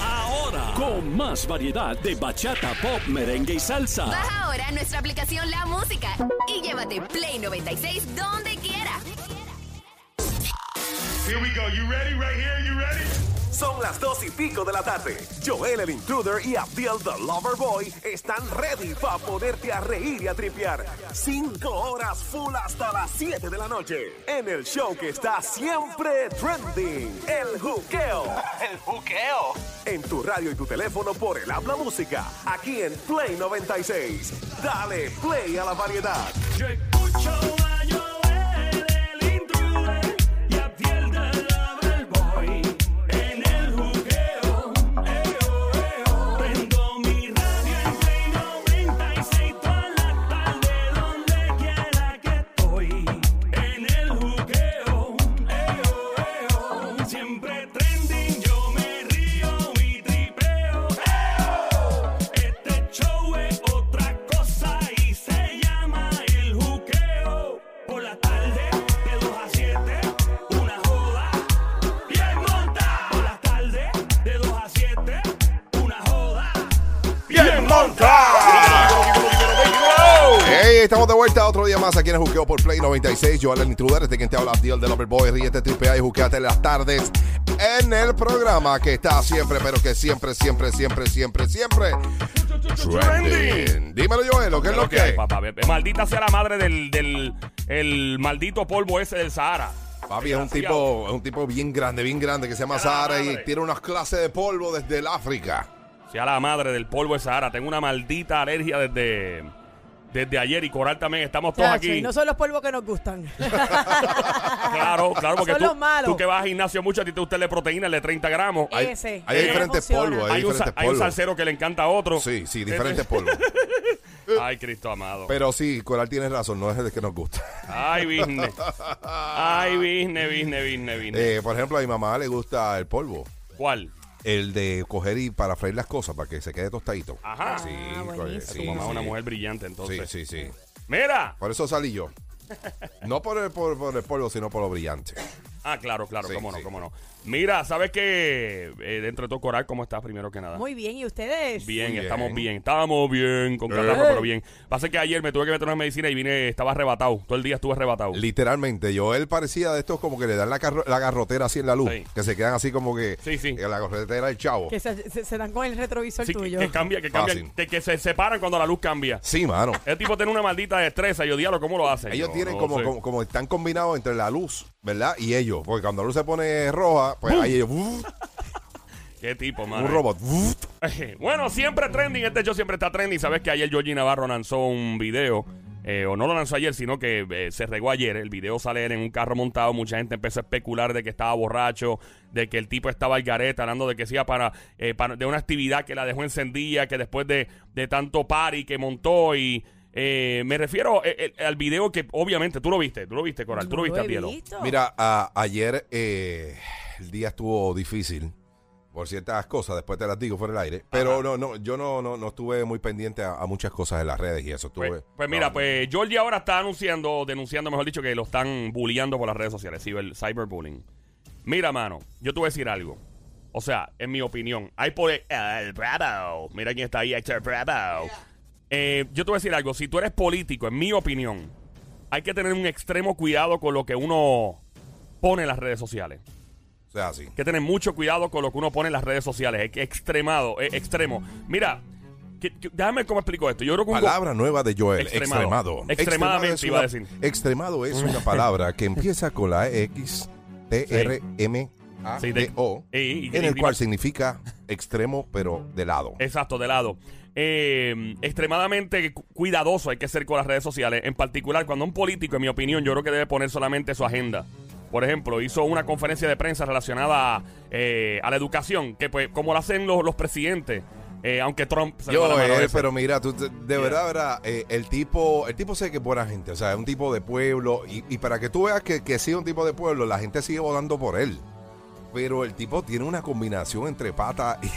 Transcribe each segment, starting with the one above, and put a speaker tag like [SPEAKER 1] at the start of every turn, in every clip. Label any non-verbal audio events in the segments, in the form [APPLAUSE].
[SPEAKER 1] Ahora, con más variedad de bachata, pop, merengue y salsa.
[SPEAKER 2] Baja ahora nuestra aplicación La Música y llévate Play 96 donde quiera.
[SPEAKER 3] Here we go. You ready? Right here. You ready?
[SPEAKER 4] Son las dos y pico de la tarde. Joel el Intruder y Abdiel the Lover Boy están ready para ponerte a reír y a tripear. Cinco horas full hasta las 7 de la noche. En el show que está siempre trending. El juqueo. El juqueo. En tu radio y tu teléfono por el habla música. Aquí en Play 96. Dale play a la variedad.
[SPEAKER 1] Yo escucho a Joel el Intruder y a Abdiel de Lover Boy en el juqueo. Eo, eo. Prendo mi radio en Play 96 toda la tarde donde quiera que estoy. En el juqueo, eo, eo. siempre trending yo me río y tripeo. Eo. Este show es otra cosa y se llama el juqueo. Por la tarde de 2 a 7, una joda bien monta. Por la tarde de 2 a 7, una joda bien monta.
[SPEAKER 5] Hey, estamos de vuelta otro día más aquí en el Juqueo por Play 96. Yo, Alan Intruder, este quien te habla, Abdiel de Loverboy. Ríete, tripea y juqueate las tardes en el programa que está siempre, pero que siempre, siempre, siempre, siempre, siempre trending. Dímelo, Joel, ¿lo que es lo que hay?
[SPEAKER 6] papá? Ve- ve- Maldita sea la madre del, del- el maldito polvo ese del Sahara.
[SPEAKER 5] Papi es un tipo, es un tipo bien grande, bien grande que se llama Sara y
[SPEAKER 6] madre.
[SPEAKER 5] tiene unas clases de polvo desde el África.
[SPEAKER 6] Sea la madre del polvo del Sahara. Tengo una maldita alergia desde, desde ayer y Coral también. Estamos todos
[SPEAKER 7] Chacho,
[SPEAKER 6] aquí.
[SPEAKER 7] y no son los polvos que nos gustan.
[SPEAKER 6] Claro,
[SPEAKER 7] [LAUGHS]
[SPEAKER 6] claro, porque
[SPEAKER 7] Son
[SPEAKER 6] tú,
[SPEAKER 7] los malos.
[SPEAKER 6] tú que vas al gimnasio mucho, a ti te gusta el de proteína, el de 30 gramos.
[SPEAKER 5] Hay,
[SPEAKER 7] Ese,
[SPEAKER 5] hay
[SPEAKER 7] ese
[SPEAKER 5] diferentes
[SPEAKER 7] funciona.
[SPEAKER 5] polvos, hay,
[SPEAKER 6] Hay un, sa-
[SPEAKER 5] diferentes
[SPEAKER 6] hay un
[SPEAKER 5] polvos.
[SPEAKER 6] salsero que le encanta a otro.
[SPEAKER 5] Sí, sí,
[SPEAKER 6] [LAUGHS]
[SPEAKER 5] diferentes polvos.
[SPEAKER 6] Ay, Cristo amado.
[SPEAKER 5] Pero sí, Coral tiene razón, no es el que nos gusta.
[SPEAKER 6] Ay, business. Ay, business, business, business, business.
[SPEAKER 5] Eh, por ejemplo, a mi mamá le gusta el polvo.
[SPEAKER 6] ¿Cuál?
[SPEAKER 5] El de coger y para freír las cosas para que se quede tostadito.
[SPEAKER 6] Ajá.
[SPEAKER 5] Sí,
[SPEAKER 7] Ah, buenísimo.
[SPEAKER 5] sí,
[SPEAKER 6] Tu mamá es
[SPEAKER 5] sí.
[SPEAKER 6] una mujer brillante, entonces.
[SPEAKER 5] Sí, sí, sí.
[SPEAKER 6] Mira.
[SPEAKER 5] Por eso
[SPEAKER 6] [LAUGHS]
[SPEAKER 5] salí yo. No por el, por, por el polvo, sino por lo brillante.
[SPEAKER 6] Ah, claro, claro,
[SPEAKER 5] Sí,
[SPEAKER 6] cómo no,
[SPEAKER 5] sí.
[SPEAKER 6] cómo no. Mira, ¿sabes qué? Eh, dentro de todo, Coral, ¿cómo estás primero que nada?
[SPEAKER 7] Muy bien, ¿y ustedes?
[SPEAKER 6] bien,
[SPEAKER 5] bien. Eh.
[SPEAKER 6] estamos bien, estamos bien, con catarro, pero bien. Pasa que ayer me tuve que meter una medicina y vine, estaba arrebatado, todo el día estuve arrebatado.
[SPEAKER 5] Literalmente, yo él parecía de estos como que le dan la, carro- la garrotera así en la luz.
[SPEAKER 6] Sí.
[SPEAKER 5] Que se quedan así como que
[SPEAKER 6] Sí, sí.
[SPEAKER 5] en la garrotera del chavo.
[SPEAKER 7] Que se, se- se dan con el retrovisor
[SPEAKER 6] Sí, que,
[SPEAKER 7] tuyo.
[SPEAKER 6] que cambia, que cambia,
[SPEAKER 5] Fácil.
[SPEAKER 6] que, que se separan cuando la luz cambia.
[SPEAKER 5] Sí, mano.
[SPEAKER 6] El tipo tiene una maldita destreza, yo diablo, ¿cómo lo hace?
[SPEAKER 5] Ellos
[SPEAKER 6] Yo
[SPEAKER 5] tienen
[SPEAKER 6] no
[SPEAKER 5] como,
[SPEAKER 6] sé.
[SPEAKER 5] como, como están combinados entre la luz, ¿verdad? Y ellos. Porque cuando la luz se pone roja, pues ahí ellos. ¡buf!
[SPEAKER 6] ¿Qué tipo, mano?
[SPEAKER 5] un robot. ¡buf!
[SPEAKER 6] [LAUGHS] bueno, siempre trending, este show siempre está trending. Sabes que ayer Georgie Navarro lanzó un video, eh, o no lo lanzó ayer, sino que eh, se regó ayer. El video sale él en un carro montado, mucha gente empezó a especular de que estaba borracho, de que el tipo estaba al garete, hablando de que se iba para, eh, para- de una actividad que la dejó encendida, que después de, de tanto party que montó y... eh, me refiero eh, eh, al video que obviamente tú lo viste, tú lo viste Coral, tú lo
[SPEAKER 7] No
[SPEAKER 6] viste
[SPEAKER 7] he
[SPEAKER 6] Abdielo.
[SPEAKER 7] visto.
[SPEAKER 5] Mira, a- ayer eh, el día estuvo difícil por ciertas cosas, después te las digo fuera del aire, pero no, no, yo no, no, no estuve muy pendiente a, a muchas cosas en las redes y eso. Estuve,
[SPEAKER 6] Pues, pues mira, pues Georgie ahora está anunciando, denunciando, mejor dicho, que lo están bulleando por las redes sociales, ciber- cyberbullying. Mira, mano, yo te voy a decir algo. O sea, en mi opinión, hay por el Bravo. Mira quién está ahí, Héctor Bravo. Eh, yo te voy a decir algo. Si tú eres político, en mi opinión, hay que tener un extremo cuidado con lo que uno pone en las redes sociales.
[SPEAKER 5] O sea, así.
[SPEAKER 6] Hay que tener mucho cuidado con lo que uno pone en las redes sociales. Es que extremado, es extremo. Mira, que- que- déjame ver cómo explico esto. Yo creo que un go-
[SPEAKER 5] Palabra nueva de Joel,
[SPEAKER 6] Extremado.
[SPEAKER 5] extremado.
[SPEAKER 6] Extremadamente,
[SPEAKER 5] es
[SPEAKER 6] iba a
[SPEAKER 5] una-
[SPEAKER 6] decir.
[SPEAKER 5] Extremado es
[SPEAKER 6] [LAUGHS]
[SPEAKER 5] una palabra que empieza con la E, X, T, R, M, A,
[SPEAKER 6] Sí,
[SPEAKER 5] D,
[SPEAKER 6] de-
[SPEAKER 5] O,
[SPEAKER 6] y- y-
[SPEAKER 5] en el
[SPEAKER 6] y-
[SPEAKER 5] cual significa extremo, pero de lado.
[SPEAKER 6] Exacto, de lado. Eh, extremadamente cu- cuidadoso hay que ser con las redes sociales. En particular, cuando un político, en mi opinión, yo creo que debe poner solamente su agenda. Por ejemplo, hizo una conferencia de prensa relacionada a, eh, a la educación, que pues, como lo hacen los, los presidentes, eh, aunque Trump se le va la mano a
[SPEAKER 5] Joel,
[SPEAKER 6] veces.
[SPEAKER 5] eh, pero mira, tú, te- de verdad, verdad, eh, el tipo, el tipo sé que es buena gente, o sea, es un tipo de pueblo, y, y para que tú veas que, que sigue un tipo de pueblo, la gente sigue votando por él. Pero el tipo tiene una combinación entre pata [LAUGHS] y,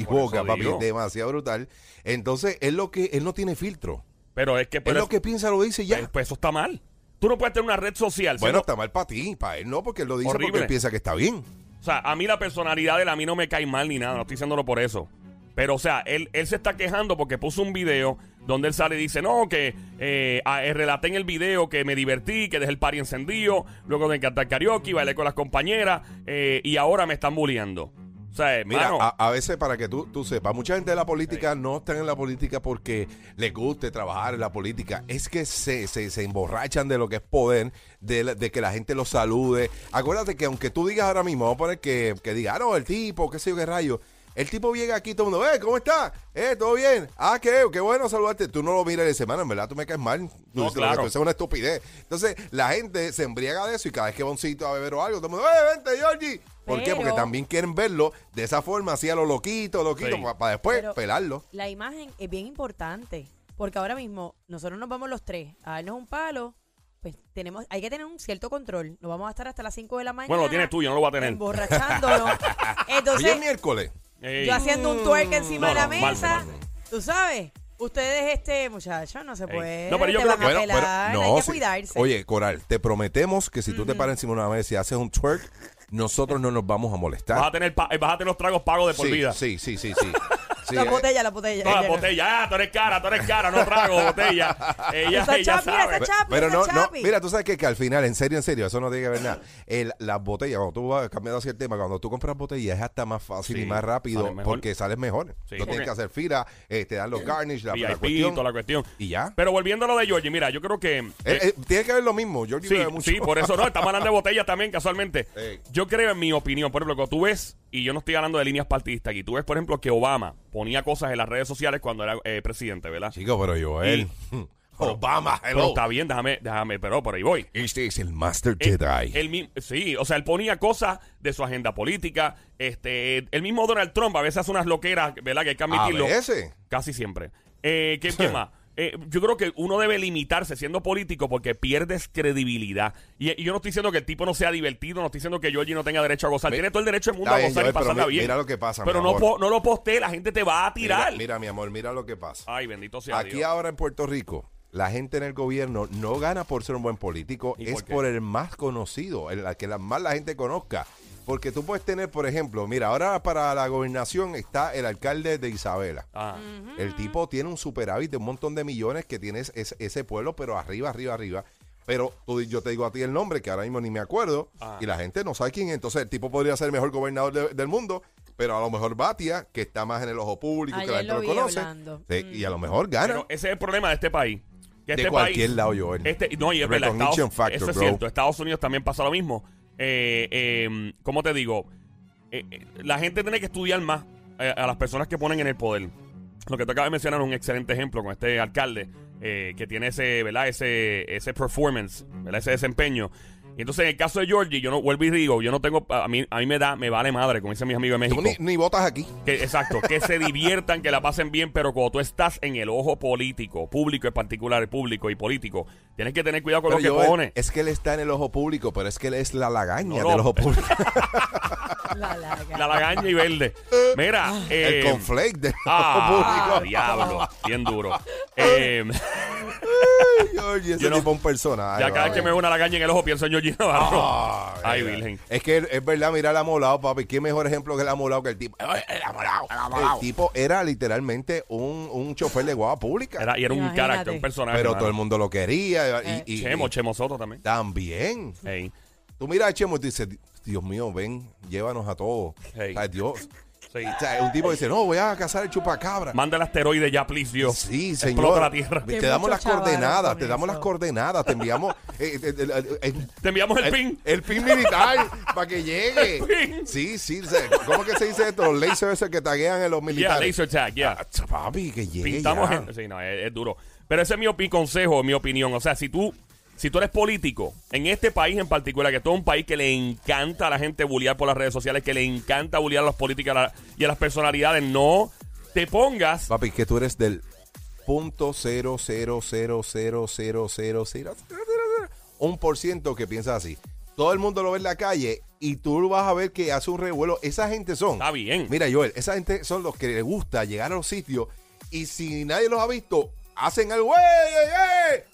[SPEAKER 5] y
[SPEAKER 6] Por eso
[SPEAKER 5] boca, papi,
[SPEAKER 6] digo.
[SPEAKER 5] demasiado brutal. Entonces, es lo que, él no tiene filtro.
[SPEAKER 6] Pero es que,
[SPEAKER 5] Es
[SPEAKER 6] pero
[SPEAKER 5] lo que piensa, lo dice y ya.
[SPEAKER 6] pues, pues eso está mal. Tú no puedes tener una red social. siendo-
[SPEAKER 5] Bueno, está mal para ti, para él no, porque él lo dice
[SPEAKER 6] Horrible.
[SPEAKER 5] porque él piensa que está bien.
[SPEAKER 6] O sea, a mí la personalidad de él a mí no me cae mal ni nada, no estoy diciéndolo por eso. Pero, o sea, él, él se está quejando porque puso un video donde él sale y dice, no, que eh, ah, eh, relaté en el video que me divertí, que dejé el party encendido, luego de cantar karaoke, bailé con las compañeras eh, y ahora me están bulleando. O sea,
[SPEAKER 5] Mira, ah,
[SPEAKER 6] mano,
[SPEAKER 5] a, a veces para que tú, tú sepas, mucha gente de la política no están en la política porque les guste trabajar en la política. Es que se, se, se emborrachan de lo que es poder, de, la- de que la gente los salude. Acuérdate que aunque tú digas ahora mismo, vamos a poner que, que diga, "Ah, no, el tipo, qué sé yo, qué rayo. El tipo llega aquí, todo el mundo, eh, ¿cómo está? Eh, ¿todo bien? Ah, qué, qué bueno saludarte. Tú no lo miras de semana, en verdad, tú me caes mal. Tú
[SPEAKER 6] No,
[SPEAKER 5] dices,
[SPEAKER 6] claro.
[SPEAKER 5] "Lo que tú haces es una estupidez. Entonces, la gente se embriaga de eso y cada vez que va a un sitio a beber o algo, todo el mundo, eh, vente, Georgie. ¿Por qué? Porque
[SPEAKER 7] Pero-
[SPEAKER 5] también también quieren verlo de esa forma, así a lo loquito, loquito,
[SPEAKER 6] Sí.
[SPEAKER 5] para después
[SPEAKER 7] Pero-
[SPEAKER 5] Pues, pelarlo.
[SPEAKER 7] La imagen es bien importante, porque ahora mismo nosotros nos vamos los tres a darnos un palo, pues tenemos, hay que tener un cierto control. No vamos a estar hasta las 5 de la mañana.
[SPEAKER 6] bueno, lo tienes tú, yo no lo voy a tener. [LAUGHS]
[SPEAKER 7] Emborrachándonos.
[SPEAKER 5] Hoy
[SPEAKER 7] Entonces,
[SPEAKER 5] es miércoles.
[SPEAKER 6] Ey.
[SPEAKER 7] yo haciendo un twerk encima
[SPEAKER 6] No,
[SPEAKER 7] de la
[SPEAKER 6] no, mal,
[SPEAKER 7] mesa.
[SPEAKER 6] mal, mal.
[SPEAKER 7] Tú sabes, ustedes, este muchacho, no se
[SPEAKER 6] Ey.
[SPEAKER 7] puede.
[SPEAKER 6] No, pero yo
[SPEAKER 7] te
[SPEAKER 6] creo
[SPEAKER 7] van
[SPEAKER 6] que-
[SPEAKER 7] a
[SPEAKER 6] Bueno,
[SPEAKER 7] pelar, hay que
[SPEAKER 5] sí.
[SPEAKER 7] cuidarse.
[SPEAKER 5] Oye, Coral, te prometemos que si tú te paras encima de una mesa y haces un twerk, nosotros no nos vamos a molestar.
[SPEAKER 6] Vas a tener pa- eh, vas a tener los tragos pagos de por
[SPEAKER 5] ah. sí,
[SPEAKER 6] vida.
[SPEAKER 5] Sí, sí, sí,
[SPEAKER 7] [LAUGHS]
[SPEAKER 5] sí. Sí,
[SPEAKER 7] la
[SPEAKER 5] eh,
[SPEAKER 7] botella, la botella.
[SPEAKER 6] No, la
[SPEAKER 7] Ella-
[SPEAKER 6] botella, ah, tú eres cara, tú eres cara, no trago, botella.
[SPEAKER 7] [LAUGHS]
[SPEAKER 6] Ella,
[SPEAKER 7] Esa
[SPEAKER 6] ella
[SPEAKER 7] chapi, esa
[SPEAKER 6] sabe.
[SPEAKER 7] chapi. Chapi,
[SPEAKER 5] Pero
[SPEAKER 7] ese
[SPEAKER 5] no, no,
[SPEAKER 7] Chapi.
[SPEAKER 5] mira, tú sabes que, que al final, en serio, en serio, eso no tiene que ver nada. El- las botellas, cuando tú vas cambiando hacia el tema, cuando tú compras botellas es hasta más fácil
[SPEAKER 6] Sí,
[SPEAKER 5] y más rápido
[SPEAKER 6] sale mejor.
[SPEAKER 5] porque sales mejor.
[SPEAKER 6] Sí,
[SPEAKER 5] no
[SPEAKER 6] porque-
[SPEAKER 5] tienes que hacer fila, eh, te dan los garnish, la, la
[SPEAKER 6] VIP,
[SPEAKER 5] cuestión.
[SPEAKER 6] toda la cuestión.
[SPEAKER 5] Y ya.
[SPEAKER 6] Pero volviendo a lo de Georgie, mira, yo creo que.
[SPEAKER 5] Eh,
[SPEAKER 6] eh,
[SPEAKER 5] eh, tiene que ver lo mismo. Yo
[SPEAKER 6] Sí, sí, por eso no,
[SPEAKER 5] [LAUGHS]
[SPEAKER 6] estamos hablando de botellas también, casualmente.
[SPEAKER 5] Ey.
[SPEAKER 6] Yo creo, en mi opinión, por ejemplo, cuando tú ves, y yo no estoy hablando de líneas partidistas aquí, tú ves, por ejemplo, que Obama ponía cosas en las redes sociales cuando era eh, presidente, ¿verdad?
[SPEAKER 5] Chico, pero Joel. [LAUGHS] Obama,
[SPEAKER 6] Pero está Eh, bien, déjame, déjame, pero por ahí voy.
[SPEAKER 5] Este es el Master
[SPEAKER 6] Él-
[SPEAKER 5] Jedi.
[SPEAKER 6] él mi- sí, o sea, él ponía cosas de su agenda política. Este, el mismo Donald Trump a veces hace unas loqueras, ¿verdad? Que hay que
[SPEAKER 5] A
[SPEAKER 6] admitirlo.
[SPEAKER 5] veces.
[SPEAKER 6] Casi siempre. Eh, ¿Qué,
[SPEAKER 5] [LAUGHS]
[SPEAKER 6] qué más? Eh, yo creo que uno debe limitarse siendo político porque pierdes credibilidad. Y, y yo no estoy diciendo que el tipo no sea divertido, no estoy diciendo que Georgie no tenga derecho a gozar.
[SPEAKER 5] Mi-
[SPEAKER 6] Tiene todo el derecho del mundo
[SPEAKER 5] Está
[SPEAKER 6] a
[SPEAKER 5] bien,
[SPEAKER 6] gozar y
[SPEAKER 5] Joel, pero
[SPEAKER 6] pasarla
[SPEAKER 5] mi-
[SPEAKER 6] bien.
[SPEAKER 5] mira lo que pasa,
[SPEAKER 6] Pero
[SPEAKER 5] mi
[SPEAKER 6] no,
[SPEAKER 5] amor.
[SPEAKER 6] po- no lo postee, la gente te va a
[SPEAKER 5] Mira,
[SPEAKER 6] tirar.
[SPEAKER 5] mira, mi amor, mira lo que pasa.
[SPEAKER 6] Ay, bendito sea
[SPEAKER 5] Aquí
[SPEAKER 6] Dios.
[SPEAKER 5] ahora en Puerto Rico, la gente en el gobierno no gana por ser un buen político,
[SPEAKER 6] ¿Y
[SPEAKER 5] es
[SPEAKER 6] por
[SPEAKER 5] por,
[SPEAKER 6] qué?
[SPEAKER 5] el más conocido, el la que la, más la gente conozca. Porque tú puedes tener, por ejemplo, mira, ahora para la gobernación está el alcalde de Isabela.
[SPEAKER 6] Ah.
[SPEAKER 5] El tipo tiene un superávit de un montón de millones que tiene es- ese pueblo, pero arriba, arriba, arriba. Pero tú- yo te digo a ti el nombre, que ahora mismo ni me acuerdo,
[SPEAKER 6] Ah.
[SPEAKER 5] y la gente no sabe quién es. Entonces el tipo podría ser el mejor gobernador de- del mundo, pero a lo mejor Batia, que está más en el ojo público, que la
[SPEAKER 7] Ayer
[SPEAKER 5] gente
[SPEAKER 7] lo
[SPEAKER 5] lo,
[SPEAKER 7] vi
[SPEAKER 5] conoce,
[SPEAKER 7] hablando.
[SPEAKER 5] sí, y a lo mejor gana.
[SPEAKER 6] Pero ese es el problema de este país. Que
[SPEAKER 5] Ah, De
[SPEAKER 6] este
[SPEAKER 5] cualquier
[SPEAKER 6] país-
[SPEAKER 5] lado, Joel.
[SPEAKER 6] Este, no, y es verdad.
[SPEAKER 5] Recognition
[SPEAKER 6] Estados,
[SPEAKER 5] factor,
[SPEAKER 6] eso es
[SPEAKER 5] bro.
[SPEAKER 6] cierto. Estados Unidos también pasa lo mismo. Eh, eh, ¿Cómo te digo? Eh, eh, la gente tiene que estudiar más eh, a las personas que ponen en el poder. Lo que te acabas de mencionar es un excelente ejemplo con este alcalde eh, que tiene ese, ¿verdad? Ese, ese performance, ¿verdad? Ese desempeño. Y entonces, en el caso de Georgie, yo no vuelvo y digo, yo no tengo, a mí, a mí me da, me vale madre, como dicen mis amigos de
[SPEAKER 5] tú
[SPEAKER 6] México.
[SPEAKER 5] ni, ni votas aquí.
[SPEAKER 6] Que- exacto, que se diviertan, que la pasen bien, pero cuando tú estás en el ojo político, público en particular, público y político, tienes que tener cuidado con
[SPEAKER 5] Pero
[SPEAKER 6] lo que
[SPEAKER 5] Joel,
[SPEAKER 6] pones.
[SPEAKER 5] es que él está en el ojo público, pero es que él es la lagaña
[SPEAKER 6] No, no.
[SPEAKER 5] del ojo público.
[SPEAKER 7] La larga.
[SPEAKER 6] La lagaña y verde. Mira, eh,
[SPEAKER 5] el conflict del
[SPEAKER 6] ah,
[SPEAKER 5] ojo público. [LAUGHS]
[SPEAKER 6] diablo, bien duro. Eh,
[SPEAKER 5] George, ese
[SPEAKER 6] yo no-
[SPEAKER 5] tipo es un personaje.
[SPEAKER 6] ya cada vez que
[SPEAKER 5] vale.
[SPEAKER 6] me veo una lagaña en el ojo pienso en Georgie Navarro.
[SPEAKER 5] Ah,
[SPEAKER 6] Ay,
[SPEAKER 5] es verdad.
[SPEAKER 6] virgen.
[SPEAKER 5] Es que es verdad, mira el amolado, papi. ¿Qué mejor ejemplo que el amolado que el tipo? ¡Ay, El amolado. El tipo era literalmente un, un chofer de guagua pública.
[SPEAKER 6] Era- y era un
[SPEAKER 7] Imagínate.
[SPEAKER 6] carácter, un personaje.
[SPEAKER 5] pero
[SPEAKER 6] hermano.
[SPEAKER 5] todo el mundo lo quería. y-
[SPEAKER 7] Eh.
[SPEAKER 5] Y, y-
[SPEAKER 6] Chemo, Chemo Soto también.
[SPEAKER 5] también.
[SPEAKER 6] Ey.
[SPEAKER 5] Tú miras a Chemo y te dices, Dios mío, ven, llévanos a todos.
[SPEAKER 6] Hey.
[SPEAKER 5] O sea, Dios.
[SPEAKER 6] Sí.
[SPEAKER 5] O sea, un tipo dice, no, voy a cazar el chupacabra.
[SPEAKER 6] Manda el asteroide ya, please, Dios.
[SPEAKER 5] Sí,
[SPEAKER 6] Explota
[SPEAKER 5] señor.
[SPEAKER 6] la Tierra.
[SPEAKER 5] Te
[SPEAKER 7] Qué
[SPEAKER 5] damos
[SPEAKER 7] mucho
[SPEAKER 5] las
[SPEAKER 7] chaval
[SPEAKER 5] coordenadas,
[SPEAKER 7] con
[SPEAKER 5] te damos las
[SPEAKER 7] eso.
[SPEAKER 5] coordenadas, te enviamos. [LAUGHS] eh, eh, eh, eh, eh,
[SPEAKER 6] Te enviamos el pin.
[SPEAKER 5] El pin militar para que llegue.
[SPEAKER 6] El pin.
[SPEAKER 5] Sí, sí. se- ¿Cómo que se dice esto? Los lasers esos que taguean en los
[SPEAKER 6] Yeah,
[SPEAKER 5] militares.
[SPEAKER 6] laser tag, yeah.
[SPEAKER 5] Ah, Papi, que llegue.
[SPEAKER 6] Pintamos
[SPEAKER 5] ya.
[SPEAKER 6] en- Sí, no, es, es duro. Pero ese es mi opi- consejo, mi opinión. O sea, si tú, si tú eres político, en este país en particular, que todo es un país que le encanta a la gente bullear por las redes sociales, que le encanta bullear a las políticas a la- y a las personalidades, no te pongas...
[SPEAKER 5] Papi, que tú eres del punto cero cero cero cero cero cero cero cero cero un por ciento que piensa así. Todo el mundo lo ve en la calle y tú vas a ver que hace un revuelo. Esa gente son.
[SPEAKER 6] Está bien.
[SPEAKER 5] Mira, Joel, esa gente son los que les gusta llegar a los sitios y si nadie los ha visto, hacen algo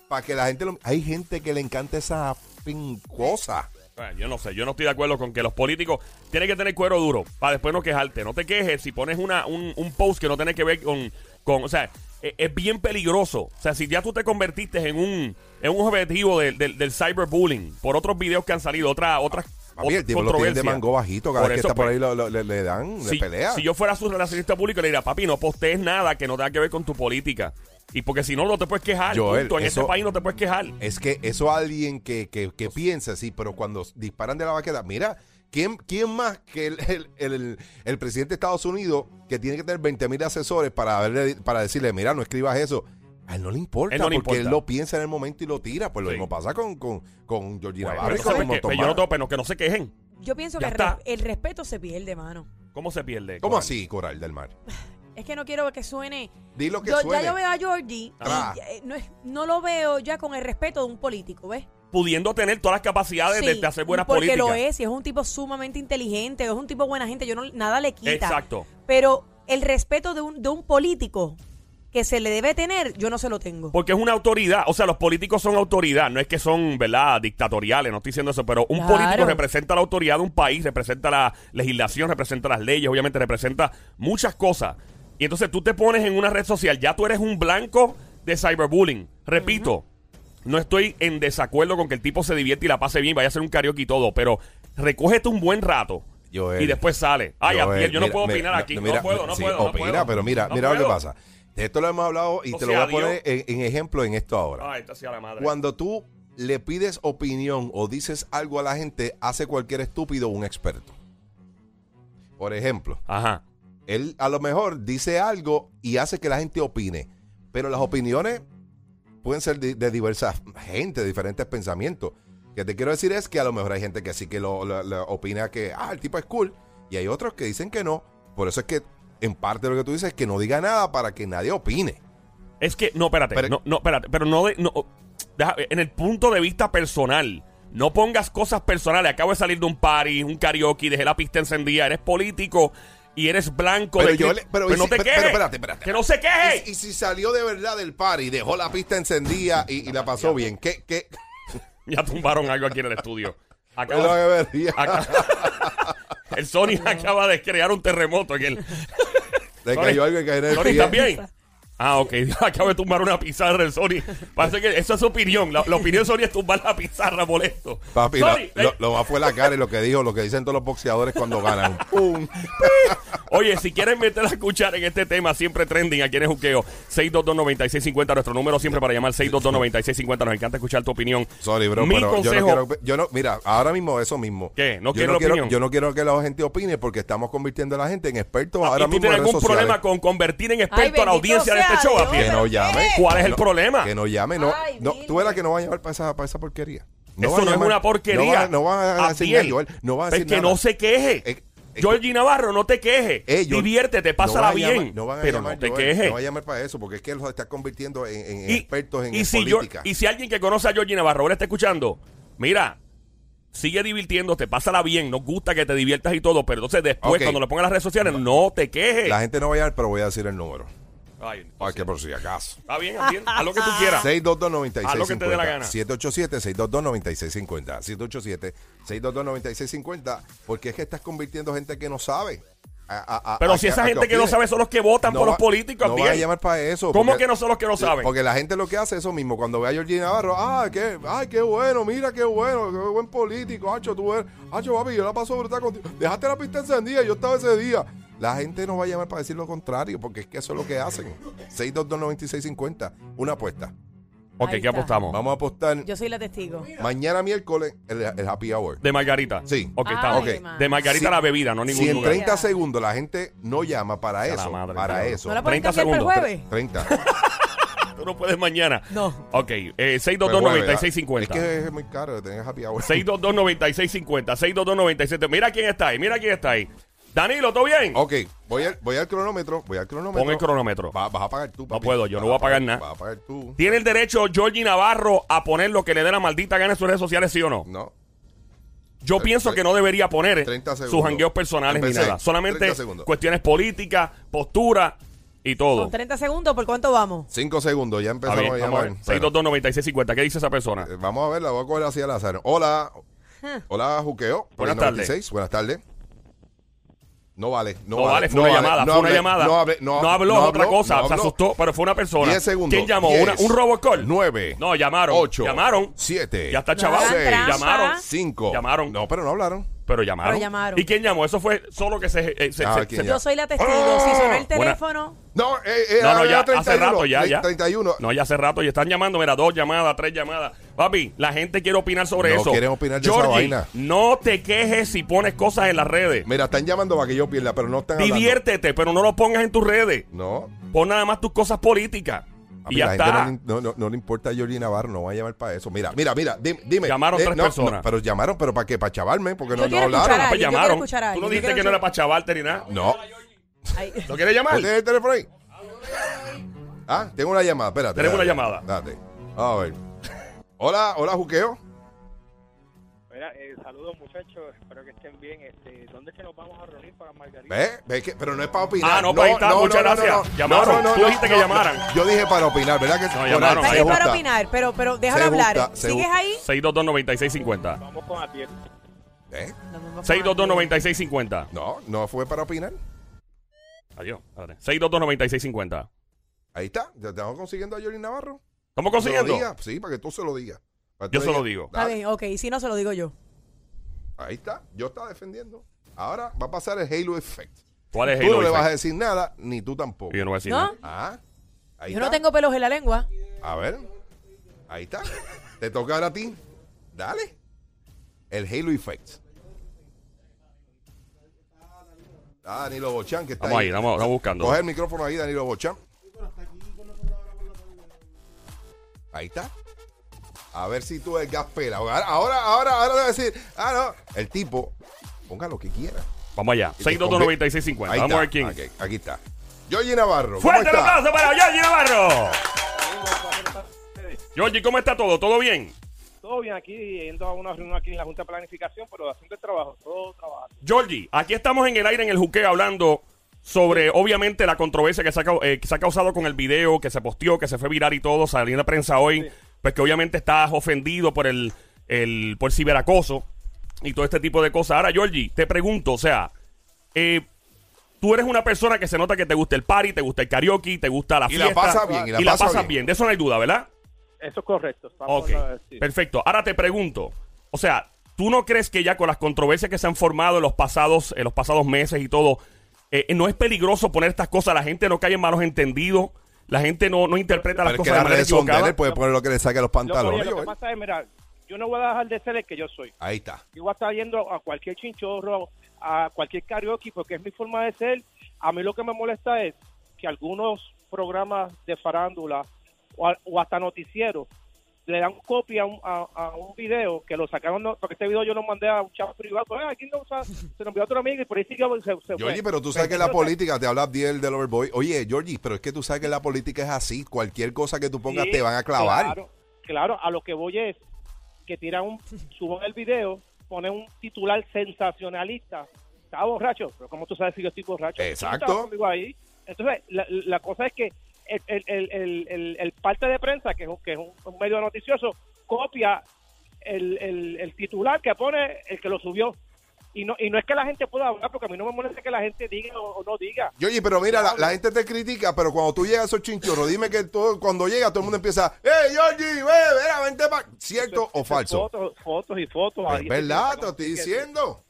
[SPEAKER 5] para que la gente lo. Hay gente que le encanta esa fin cosa.
[SPEAKER 6] Bueno, Ah, yo no sé, yo no estoy de acuerdo con que los políticos tienen que tener cuero duro para después no quejarte. No te quejes si pones una, un, un post que no tiene que ver con, con o sea, e- es, bien peligroso. O sea, si ya tú te convertiste en un, en un objetivo del- del- del cyberbullying por otros videos que han salido, otra, otras
[SPEAKER 5] Papi, el tipo lo tiene de mango bajito, cada vez que está por ahí lo- lo- le, le dan, le
[SPEAKER 6] pues, si,
[SPEAKER 5] pelea.
[SPEAKER 6] si yo fuera su relacionista público, le diría, papi, no postees nada que no tenga que ver con tu política. Y porque si no, no te puedes quejar.
[SPEAKER 5] Joel,
[SPEAKER 6] punto. En
[SPEAKER 5] eso-
[SPEAKER 6] este país no te puedes quejar.
[SPEAKER 5] Es que eso alguien que, que, que piensa, sí, pero cuando disparan de la baqueta, mira, ¿quién, quién más que el, el- el- el presidente de Estados Unidos que tiene que tener 20 mil asesores para, verle- para decirle, mira, no escribas eso? A él no le importa,
[SPEAKER 6] Él no
[SPEAKER 5] porque
[SPEAKER 6] le
[SPEAKER 5] él
[SPEAKER 6] importa.
[SPEAKER 5] lo pienta en el momento y lo tira. Pues lo
[SPEAKER 6] Sí.
[SPEAKER 5] mismo pasa con, con, con Georgina
[SPEAKER 6] Bueno, pero
[SPEAKER 5] Barrio y
[SPEAKER 6] entonces,
[SPEAKER 5] con un
[SPEAKER 6] pues, que-
[SPEAKER 5] montón
[SPEAKER 6] pues, yo no
[SPEAKER 5] más.
[SPEAKER 6] tengo- pero que no se quejen.
[SPEAKER 7] Yo pienso
[SPEAKER 6] Ya
[SPEAKER 7] que el re-
[SPEAKER 6] está.
[SPEAKER 7] el respeto se pierde, mano.
[SPEAKER 6] ¿Cómo se pierde?
[SPEAKER 5] ¿Cómo
[SPEAKER 6] Coral?
[SPEAKER 5] así, Coral del Mar?
[SPEAKER 7] Es que no quiero que suene.
[SPEAKER 5] Di lo que
[SPEAKER 7] Yo-
[SPEAKER 5] suene.
[SPEAKER 7] Ya yo veo a Georgie
[SPEAKER 5] Ah.
[SPEAKER 7] y eh, no, es- no lo veo ya con el respeto de un político, ¿ves?
[SPEAKER 6] pudiendo tener todas las capacidades de,
[SPEAKER 7] Sí,
[SPEAKER 6] de hacer buenas
[SPEAKER 7] porque
[SPEAKER 6] políticas.
[SPEAKER 7] lo es, y es un tipo sumamente inteligente, es un tipo buena gente, yo no, nada le quita.
[SPEAKER 6] Exacto.
[SPEAKER 7] Pero el respeto de un, de un político que se le debe tener, yo no se lo tengo.
[SPEAKER 6] Porque es una autoridad. O sea, los políticos son autoridad. No es que son, ¿verdad?, dictatoriales. No estoy diciendo eso. Pero un
[SPEAKER 7] Claro.
[SPEAKER 6] político representa la autoridad de un país, representa la legislación, representa las leyes, obviamente representa muchas cosas. Y entonces tú te pones en una red social. Ya tú eres un blanco de cyberbullying. Repito, no estoy en desacuerdo con que el tipo se divierte y la pase bien, vaya a hacer un karaoke y todo. Pero recógete un buen rato.
[SPEAKER 5] Joel.
[SPEAKER 6] y después sale. Ay,
[SPEAKER 5] Joel,
[SPEAKER 6] Abdiel, yo no
[SPEAKER 5] eh, mira,
[SPEAKER 6] puedo
[SPEAKER 5] mira,
[SPEAKER 6] opinar aquí.
[SPEAKER 5] mira,
[SPEAKER 6] no puedo, no
[SPEAKER 5] sí,
[SPEAKER 6] puedo. no
[SPEAKER 5] Opina,
[SPEAKER 6] puedo.
[SPEAKER 5] pero mira,
[SPEAKER 6] No
[SPEAKER 5] mira lo que
[SPEAKER 6] puedo.
[SPEAKER 5] pasa. De esto lo hemos hablado y
[SPEAKER 6] O
[SPEAKER 5] te
[SPEAKER 6] sea,
[SPEAKER 5] lo voy a poner
[SPEAKER 6] Dios.
[SPEAKER 5] en, en ejemplo en esto ahora.
[SPEAKER 6] Ay, está así Ah, a la madre.
[SPEAKER 5] Cuando tú le pides opinión o dices algo a la gente, hace cualquier estúpido un experto. Por ejemplo,
[SPEAKER 6] Ajá.
[SPEAKER 5] él a lo mejor dice algo y hace que la gente opine, pero las opiniones pueden ser de, de diversas gente, de diferentes pensamientos. Lo que te quiero decir es que a lo mejor hay gente que sí que lo, lo- lo opina que, ah, el tipo es cool, y hay otros que dicen que no. Por eso es que en parte lo que tú dices es que no diga nada para que nadie opine.
[SPEAKER 6] Es que, no, espérate,
[SPEAKER 5] Pero-
[SPEAKER 6] no, no, espérate, pero no, de- no deja- en el punto de vista personal, no pongas cosas personales. Acabo de salir de un party, un karaoke, dejé la pista encendida, eres político y eres blanco.
[SPEAKER 5] Pero
[SPEAKER 6] de-
[SPEAKER 5] yo le- pero y
[SPEAKER 6] no te
[SPEAKER 5] si- pero-
[SPEAKER 6] quejes.
[SPEAKER 5] pero espérate, espérate.
[SPEAKER 6] Que no se queje.
[SPEAKER 5] Y, y si salió de verdad del par y dejó la pista encendida y, y la pasó bien, ¿qué? qué?
[SPEAKER 6] Ya tumbaron algo aquí en el
[SPEAKER 5] [LAUGHS]
[SPEAKER 6] estudio.
[SPEAKER 5] Es lo
[SPEAKER 6] Acaba,
[SPEAKER 5] que me ría. [LAUGHS]
[SPEAKER 6] acá- el Sony acaba de crear un terremoto. En el,
[SPEAKER 5] Le
[SPEAKER 6] Sorry.
[SPEAKER 5] cayó algo y cayó en el
[SPEAKER 6] Sony,
[SPEAKER 5] pie.
[SPEAKER 6] ¿estás bien? Ah, ok. [LAUGHS] Acabo de tumbar una pizarra el Sony. Parece que esa es su opinión. La, la opinión de Sony es tumbar la pizarra, molesto.
[SPEAKER 5] Papi,
[SPEAKER 6] Sony, eh,
[SPEAKER 5] la- lo, lo más fue la cara y lo que dijo, lo que dicen todos los boxeadores
[SPEAKER 6] [LAUGHS]
[SPEAKER 5] cuando ganan. ¡Pum!
[SPEAKER 6] Oye, si quieren meter a escuchar en este tema, siempre trending aquí en el Juqueo, 622-9650, nuestro número siempre para llamar 622-9650. Nos encanta escuchar tu opinión.
[SPEAKER 5] Sorry, bro,
[SPEAKER 6] Mi
[SPEAKER 5] pero yo
[SPEAKER 6] consejo,
[SPEAKER 5] no quiero. Yo no, mira, ahora mismo eso mismo.
[SPEAKER 6] ¿Qué? ¿No
[SPEAKER 5] yo
[SPEAKER 6] quiere
[SPEAKER 5] no
[SPEAKER 6] la
[SPEAKER 5] quiero,
[SPEAKER 6] opinión?
[SPEAKER 5] yo no quiero que la gente opine porque estamos convirtiendo a la gente en expertos ahora
[SPEAKER 6] ¿Y tú
[SPEAKER 5] mismo en
[SPEAKER 6] tienes
[SPEAKER 5] redes
[SPEAKER 6] algún
[SPEAKER 5] sociales.
[SPEAKER 6] problema con convertir en experto a la
[SPEAKER 7] bendito
[SPEAKER 6] audiencia de este
[SPEAKER 7] sea
[SPEAKER 6] show,
[SPEAKER 7] Dios.
[SPEAKER 5] Que
[SPEAKER 6] Apiel?
[SPEAKER 5] no llame.
[SPEAKER 6] ¿Cuál es el
[SPEAKER 5] No,
[SPEAKER 6] problema?
[SPEAKER 5] Que no llame, no.
[SPEAKER 7] Ay,
[SPEAKER 5] no
[SPEAKER 7] Virgen.
[SPEAKER 5] tú eres la que no va a llamar para esa, para esa porquería.
[SPEAKER 6] Eso
[SPEAKER 5] va
[SPEAKER 6] no
[SPEAKER 5] a
[SPEAKER 6] es
[SPEAKER 5] llamar.
[SPEAKER 6] una porquería.
[SPEAKER 5] No va, no va a decir
[SPEAKER 6] Abdiel,
[SPEAKER 5] nada, Joel. No va a
[SPEAKER 6] pues
[SPEAKER 5] decir
[SPEAKER 6] que
[SPEAKER 5] nada.
[SPEAKER 6] no se queje.
[SPEAKER 5] Eh, eh,
[SPEAKER 6] Georgie Navarro, no te quejes.
[SPEAKER 5] Ellos
[SPEAKER 6] Diviértete,
[SPEAKER 5] Eh, no
[SPEAKER 6] pásala
[SPEAKER 5] van a
[SPEAKER 6] bien.
[SPEAKER 5] llamar- no van a
[SPEAKER 6] pero
[SPEAKER 5] llamar,
[SPEAKER 6] no te
[SPEAKER 5] Joel,
[SPEAKER 6] quejes.
[SPEAKER 5] No van a llamar para eso porque es que los está convirtiendo en, en expertos en,
[SPEAKER 6] y
[SPEAKER 5] en
[SPEAKER 6] si yo-
[SPEAKER 5] política.
[SPEAKER 6] y si alguien que conoce a Georgie Navarro ahora está escuchando, mira, sigue divirtiéndote, pásala bien, nos gusta que te diviertas y todo, pero entonces después,
[SPEAKER 5] Ok.
[SPEAKER 6] cuando lo pongan en las redes sociales, no te quejes.
[SPEAKER 5] La gente no va a llamar, pero voy a decir el número.
[SPEAKER 6] Ay,
[SPEAKER 5] Para que por si acaso.
[SPEAKER 6] está bien, Abdiel, haz lo
[SPEAKER 7] [LAUGHS]
[SPEAKER 6] que tú quieras.
[SPEAKER 5] 622-9650.
[SPEAKER 6] A Ah. lo que te dé la gana.
[SPEAKER 5] 787-622-9650. 787-622-9650. Porque es que estás convirtiendo gente que no sabe. a- a-
[SPEAKER 6] Pero
[SPEAKER 5] a-
[SPEAKER 6] si
[SPEAKER 5] a-
[SPEAKER 6] esa
[SPEAKER 5] a-
[SPEAKER 6] gente que no
[SPEAKER 5] opine.
[SPEAKER 6] sabe son los que votan por
[SPEAKER 5] va-
[SPEAKER 6] los políticos,
[SPEAKER 5] No
[SPEAKER 6] Abdiel.
[SPEAKER 5] van a llamar para eso.
[SPEAKER 6] ¿Cómo
[SPEAKER 5] porque-
[SPEAKER 6] que no son los que lo saben?
[SPEAKER 5] Porque la gente lo que hace es eso mismo. Cuando ve a Georgina Navarro, ah, qué, ay, qué bueno, mira qué bueno, qué buen político, hacho, tú eres, hacho, papi, yo la paso brutal contigo. Dejaste la pista encendida, yo estaba ese día. La gente no va a llamar para decir lo contrario, porque es que eso es lo que hacen. 6229650, una apuesta.
[SPEAKER 6] Ok,
[SPEAKER 7] Ahí
[SPEAKER 6] ¿qué
[SPEAKER 7] está.
[SPEAKER 6] apostamos?
[SPEAKER 5] Vamos a apostar
[SPEAKER 7] Yo soy la testigo.
[SPEAKER 5] mañana miércoles el, el happy hour.
[SPEAKER 6] De Margarita.
[SPEAKER 5] Sí.
[SPEAKER 6] Ok,
[SPEAKER 7] Ay,
[SPEAKER 6] está.
[SPEAKER 7] madre.
[SPEAKER 6] De Margarita
[SPEAKER 5] Sí.
[SPEAKER 6] la bebida, no ningún
[SPEAKER 5] Si en
[SPEAKER 6] lugar.
[SPEAKER 5] 30 segundos la gente no llama para
[SPEAKER 6] Ya la
[SPEAKER 5] eso,
[SPEAKER 6] madre,
[SPEAKER 5] para
[SPEAKER 6] cabrón.
[SPEAKER 5] eso.
[SPEAKER 7] ¿No la pueden
[SPEAKER 6] 30
[SPEAKER 7] cambiar para el
[SPEAKER 6] segundos.
[SPEAKER 7] jueves?
[SPEAKER 5] 30.
[SPEAKER 6] Tú no puedes mañana.
[SPEAKER 7] No.
[SPEAKER 6] Ok, eh,
[SPEAKER 5] Pero bueno,
[SPEAKER 6] 622-9650.
[SPEAKER 5] Pues Es que es muy caro tener happy hour.
[SPEAKER 6] 622-9650, 622-97. Mira quién está ahí, mira quién está ahí. Danilo, ¿todo bien?
[SPEAKER 5] [LAUGHS] Ok, voy al, voy al cronómetro, voy al cronómetro.
[SPEAKER 6] Pon el cronómetro.
[SPEAKER 5] Va- vas a pagar tú, papi.
[SPEAKER 6] puedo, yo no
[SPEAKER 5] Vas
[SPEAKER 6] voy a pagar nada.
[SPEAKER 5] Vas a pagar tú.
[SPEAKER 6] ¿Tiene el derecho Georgie Navarro a poner lo que le dé la maldita gana en sus redes sociales, sí o no?
[SPEAKER 5] No.
[SPEAKER 6] Yo
[SPEAKER 5] Tre-
[SPEAKER 6] pienso
[SPEAKER 5] tre-
[SPEAKER 6] que no debería poner
[SPEAKER 5] 30
[SPEAKER 6] sus
[SPEAKER 5] segundos.
[SPEAKER 6] jangueos personales ni
[SPEAKER 5] Empecé.
[SPEAKER 6] nada. Solamente
[SPEAKER 5] 30 segundos.
[SPEAKER 6] cuestiones políticas, postura y todo.
[SPEAKER 7] Con 30 segundos, ¿por cuánto vamos?
[SPEAKER 5] Cinco segundos, ya
[SPEAKER 6] Está bien,
[SPEAKER 5] empezamos a
[SPEAKER 6] vamos a ver.
[SPEAKER 5] llamar. Pero,
[SPEAKER 6] 622-9650. ¿Qué dice esa persona?
[SPEAKER 5] eh, vamos a ver, la voy a coger así al azar. Hola. Hola, Juqueo.
[SPEAKER 6] Buenas
[SPEAKER 5] 96, Buenas tardes. No vale, no,
[SPEAKER 6] No vale, fue una llamada,
[SPEAKER 5] no
[SPEAKER 6] fue una
[SPEAKER 5] hablé,
[SPEAKER 6] llamada.
[SPEAKER 5] No, hablé, no,
[SPEAKER 6] No habló,
[SPEAKER 5] no
[SPEAKER 6] otra cosa,
[SPEAKER 5] no
[SPEAKER 6] se
[SPEAKER 5] habló.
[SPEAKER 6] asustó, pero fue una persona.
[SPEAKER 5] 10 segundos.
[SPEAKER 6] ¿Quién llamó?
[SPEAKER 5] Diez,
[SPEAKER 6] Una- un robocall.
[SPEAKER 5] 9.
[SPEAKER 6] No, llamaron.
[SPEAKER 5] 8.
[SPEAKER 6] Llamaron.
[SPEAKER 5] 7.
[SPEAKER 6] Ya está, chaval.
[SPEAKER 7] hagan trampa.
[SPEAKER 6] llamaron.
[SPEAKER 5] 5.
[SPEAKER 6] Llamaron.
[SPEAKER 5] No, pero no hablaron.
[SPEAKER 6] Pero llamaron.
[SPEAKER 7] Pero llamaron.
[SPEAKER 6] ¿Y quién llamó? Eso fue solo que se. eh, se-
[SPEAKER 5] Ah,
[SPEAKER 6] se-
[SPEAKER 5] ¿quién
[SPEAKER 6] se-
[SPEAKER 5] Ya.
[SPEAKER 7] Yo soy la testigo.
[SPEAKER 5] ¡Ah!
[SPEAKER 7] Si sonó el
[SPEAKER 6] Buena-
[SPEAKER 7] teléfono,
[SPEAKER 5] No, eh, eh,
[SPEAKER 6] no, no,
[SPEAKER 5] era
[SPEAKER 6] ya
[SPEAKER 5] 31,
[SPEAKER 6] hace rato, ya,
[SPEAKER 5] tre-
[SPEAKER 6] ya.
[SPEAKER 5] 31.
[SPEAKER 6] No, ya hace rato, ya están llamando, mira, dos llamadas, tres llamadas. Papi, la gente quiere opinar sobre
[SPEAKER 5] No
[SPEAKER 6] eso.
[SPEAKER 5] quieren opinar de esa
[SPEAKER 6] Georgie,
[SPEAKER 5] vaina.
[SPEAKER 6] No te quejes si pones cosas en las redes.
[SPEAKER 5] Mira, están llamando para que yo pierda, pero no están hablando.
[SPEAKER 6] Diviértete, pero no lo pongas en tus redes.
[SPEAKER 5] No.
[SPEAKER 6] Pon nada más tus cosas políticas.
[SPEAKER 5] A
[SPEAKER 6] y
[SPEAKER 5] mí
[SPEAKER 6] ya
[SPEAKER 5] la
[SPEAKER 6] está.
[SPEAKER 5] gente no, le- no- no- no le importa a Jordi Navarro, no va a llamar para eso. Mira, mira, mira, dime. dime. Eh,
[SPEAKER 6] Llamaron tres
[SPEAKER 5] no,
[SPEAKER 6] personas.
[SPEAKER 5] no, pero llamaron, pero ¿para qué? ¿Para chavarme? Porque no,
[SPEAKER 7] Yo
[SPEAKER 5] no
[SPEAKER 7] quiero
[SPEAKER 5] hablaron.
[SPEAKER 7] escuchar
[SPEAKER 6] Pues
[SPEAKER 7] Ah, Yo quiero
[SPEAKER 6] llamaron.
[SPEAKER 7] escuchar a
[SPEAKER 6] Tú no
[SPEAKER 7] alguien, yo
[SPEAKER 6] dijiste
[SPEAKER 7] quiero
[SPEAKER 6] que no era
[SPEAKER 7] escuchar-
[SPEAKER 6] para chavarte ni nada.
[SPEAKER 5] No.
[SPEAKER 7] ay,
[SPEAKER 6] ¿Lo quieres llamar?
[SPEAKER 5] ¿No tienes el teléfono ahí? Ah, tengo una llamada, espérate.
[SPEAKER 6] Tenemos
[SPEAKER 5] dale,
[SPEAKER 6] una llamada.
[SPEAKER 5] Date. A ver. Hola, hola, Juqueo.
[SPEAKER 8] Mira, eh, saludos muchachos, espero que estén bien. Este, ¿Dónde es que nos vamos a reunir para Margarita?
[SPEAKER 5] ¿Ves? ¿Ves que- pero no es para opinar.
[SPEAKER 6] Ah, no, pues ahí está, muchas gracias. Llamaron. Tú dijiste que llamaran.
[SPEAKER 5] Yo dije para opinar, ¿verdad? Que Coral,
[SPEAKER 6] llamaron.
[SPEAKER 5] se
[SPEAKER 7] Está bien para
[SPEAKER 5] gusta.
[SPEAKER 7] opinar, pero, pero déjalo
[SPEAKER 5] Se gusta,
[SPEAKER 7] hablar.
[SPEAKER 5] se
[SPEAKER 7] ¿Sigues
[SPEAKER 5] gusta.
[SPEAKER 7] ahí?
[SPEAKER 6] 622-9650.
[SPEAKER 8] Vamos con Atiel.
[SPEAKER 5] ¿Eh?
[SPEAKER 7] No, no, no,
[SPEAKER 6] 622-9650.
[SPEAKER 5] No, no fue para opinar.
[SPEAKER 6] Adiós. espérate. 622-9650.
[SPEAKER 5] Ahí está. Ya estamos consiguiendo a Jordi Navarro.
[SPEAKER 6] ¿Estamos
[SPEAKER 5] Que se lo
[SPEAKER 6] consiguiendo?
[SPEAKER 5] diga, Sí, para que tú se lo digas. Para que
[SPEAKER 6] Yo
[SPEAKER 5] tú
[SPEAKER 6] se lo
[SPEAKER 5] digas,
[SPEAKER 6] digo.
[SPEAKER 7] Está
[SPEAKER 5] dale,
[SPEAKER 7] bien, ok. Y si no, se lo digo yo.
[SPEAKER 5] Ahí está. Yo estaba defendiendo. Ahora va a pasar el Halo Effect.
[SPEAKER 6] ¿Cuál es
[SPEAKER 5] tú no
[SPEAKER 6] Halo
[SPEAKER 5] le vas a
[SPEAKER 6] Effect?
[SPEAKER 5] decir nada, ni tú tampoco.
[SPEAKER 6] Yo no voy a decir
[SPEAKER 7] ¿No?
[SPEAKER 6] nada.
[SPEAKER 5] Ah, ahí
[SPEAKER 7] Yo
[SPEAKER 5] está.
[SPEAKER 7] no tengo pelos en la lengua.
[SPEAKER 5] A ver. Ahí está. Te toca ahora a ti. Dale. El Halo Effect. Ah, Danilo Bochan, que está
[SPEAKER 6] Vamos ahí, estamos, estamos buscando.
[SPEAKER 5] Coge el micrófono ahí, Danilo Bochan. Ahí está. A ver si tú eres gaspela. Ahora, ahora, ahora, ahora te voy a decir. Ah, no. El tipo, ponga lo que quiera.
[SPEAKER 6] Vamos allá.
[SPEAKER 5] Y te
[SPEAKER 6] 622-9650.
[SPEAKER 5] Ahí
[SPEAKER 6] Vamos a ver quién.
[SPEAKER 5] está. Ok, aquí está. Georgie Navarro. ¿cómo
[SPEAKER 6] ¡Fuerte el
[SPEAKER 5] está?
[SPEAKER 6] aplauso para Georgie
[SPEAKER 5] [LAUGHS]
[SPEAKER 6] Navarro! Georgie, ¿cómo está todo? ¿Todo bien?
[SPEAKER 8] Todo bien aquí, yendo a una reunión aquí en la Junta de Planificación, pero haciendo el trabajo, todo trabajando.
[SPEAKER 6] Georgie, aquí estamos en el aire en el juqueo hablando sobre, obviamente, la controversia que se, ha, cau- eh, que se ha causado con el video que se posteó, que se fue viral y todo, salió en la prensa hoy, pues que obviamente estás ofendido por el, el por ciberacoso y todo este tipo de cosas. Ahora, Georgie, te pregunto, o sea, eh, tú eres una persona que se nota que te gusta el party, te gusta el karaoke, te gusta la
[SPEAKER 5] Y la
[SPEAKER 6] fiesta.
[SPEAKER 5] pasa bien, y la pasa
[SPEAKER 6] pasas
[SPEAKER 5] bien.
[SPEAKER 6] bien, de eso no hay duda, ¿verdad?
[SPEAKER 8] Eso es correcto. estamos,
[SPEAKER 6] Ok,
[SPEAKER 8] eh, sí.
[SPEAKER 6] perfecto. Ahora te pregunto, o sea, ¿tú no crees que ya con las controversias que se han formado en los pasados, en los pasados meses y todo, eh, no es peligroso poner estas cosas? La gente no cae en malos entendidos, la gente no, no interpreta las
[SPEAKER 5] Pero es que
[SPEAKER 6] cosas de
[SPEAKER 5] las
[SPEAKER 6] manera
[SPEAKER 5] redes son de él, él
[SPEAKER 6] equivocada.
[SPEAKER 5] puede poner lo que le saque a los
[SPEAKER 8] Lo, que-
[SPEAKER 5] pantalones.
[SPEAKER 8] lo que
[SPEAKER 5] Joel.
[SPEAKER 8] pasa es, mira, yo no voy a dejar de ser el que yo soy.
[SPEAKER 5] Ahí está.
[SPEAKER 8] Yo voy a estar yendo a cualquier chinchorro, a cualquier karaoke, porque es mi forma de ser. A mí lo que me molesta es que algunos programas de farándula o, a- o hasta noticieros le dan copia a un, a- a un video que lo sacaron, no- porque este video yo lo mandé a un chat privado. "Ah, aquí no, o sea, se lo envió a otro amigo y por ahí sí que se, se fue.
[SPEAKER 5] Georgie, pero tú sabes que la política, te habla Abdiel del Overboy. Oye, Georgie, pero es que tú sabes que la política es así. Cualquier cosa que tú pongas
[SPEAKER 8] Sí,
[SPEAKER 5] te van a clavar.
[SPEAKER 8] Claro, claro, a lo que voy es que tiran un, suban el video, ponen un titular sensacionalista. Estaba borracho, pero como tú sabes si yo estoy borracho?
[SPEAKER 5] Exacto.
[SPEAKER 8] Tú estabas conmigo ahí. Entonces, la, la cosa es que el, el, el- el- el- el parte de prensa, que es un, que es un, un medio noticioso, copia el, el- el titular que pone el que lo subió. Y no, y no es que la gente pueda hablar, porque a mí no me molesta que la gente diga o, o no diga.
[SPEAKER 5] Yoyi, pero mira, la, la gente te critica, pero cuando tú llegas a esos chinchorros, dime que todo, cuando llega todo el mundo empieza, ¡Ey, Yoyi, ve, verá, vente pa-". ¿Cierto o falso?
[SPEAKER 8] Fotos, fotos y fotos. ahí
[SPEAKER 5] Es
[SPEAKER 8] se
[SPEAKER 5] verdad,
[SPEAKER 8] piensa
[SPEAKER 5] te
[SPEAKER 8] como
[SPEAKER 5] estoy
[SPEAKER 8] que-
[SPEAKER 5] diciendo.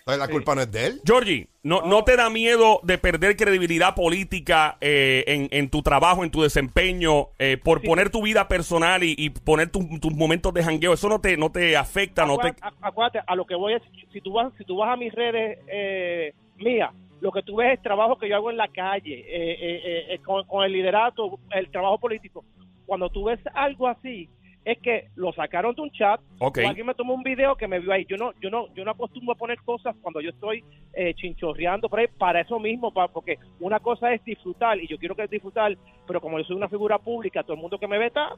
[SPEAKER 5] Entonces, la
[SPEAKER 6] Sí.
[SPEAKER 5] culpa no es
[SPEAKER 9] [LAUGHS]
[SPEAKER 5] de él.
[SPEAKER 6] Georgie, ¿no, ¿no te da miedo de perder credibilidad política eh, en, en tu trabajo, en tu desempeño, eh, por poner tu vida personal y, y poner tu- tus momentos de jangueo? ¿Eso no te, no te afecta? No te...
[SPEAKER 8] Acuérdate, a- acuérdate, a lo que voy es, si tú vas, si tú vas a mis redes eh, mías, lo que tú ves es trabajo que yo hago en la calle, eh, eh, eh, eh, con, con el liderato, el trabajo político. Cuando tú ves algo así, es que lo sacaron de un chat,
[SPEAKER 6] Ok.
[SPEAKER 8] o alguien me tomó un video que me vio ahí. Yo no, yo no, yo no acostumbro a poner cosas cuando yo estoy eh, chinchorreando por ahí para eso mismo, pa- porque una cosa es disfrutar y yo quiero que disfrutar, pero como yo soy una figura pública, todo el mundo que me ve está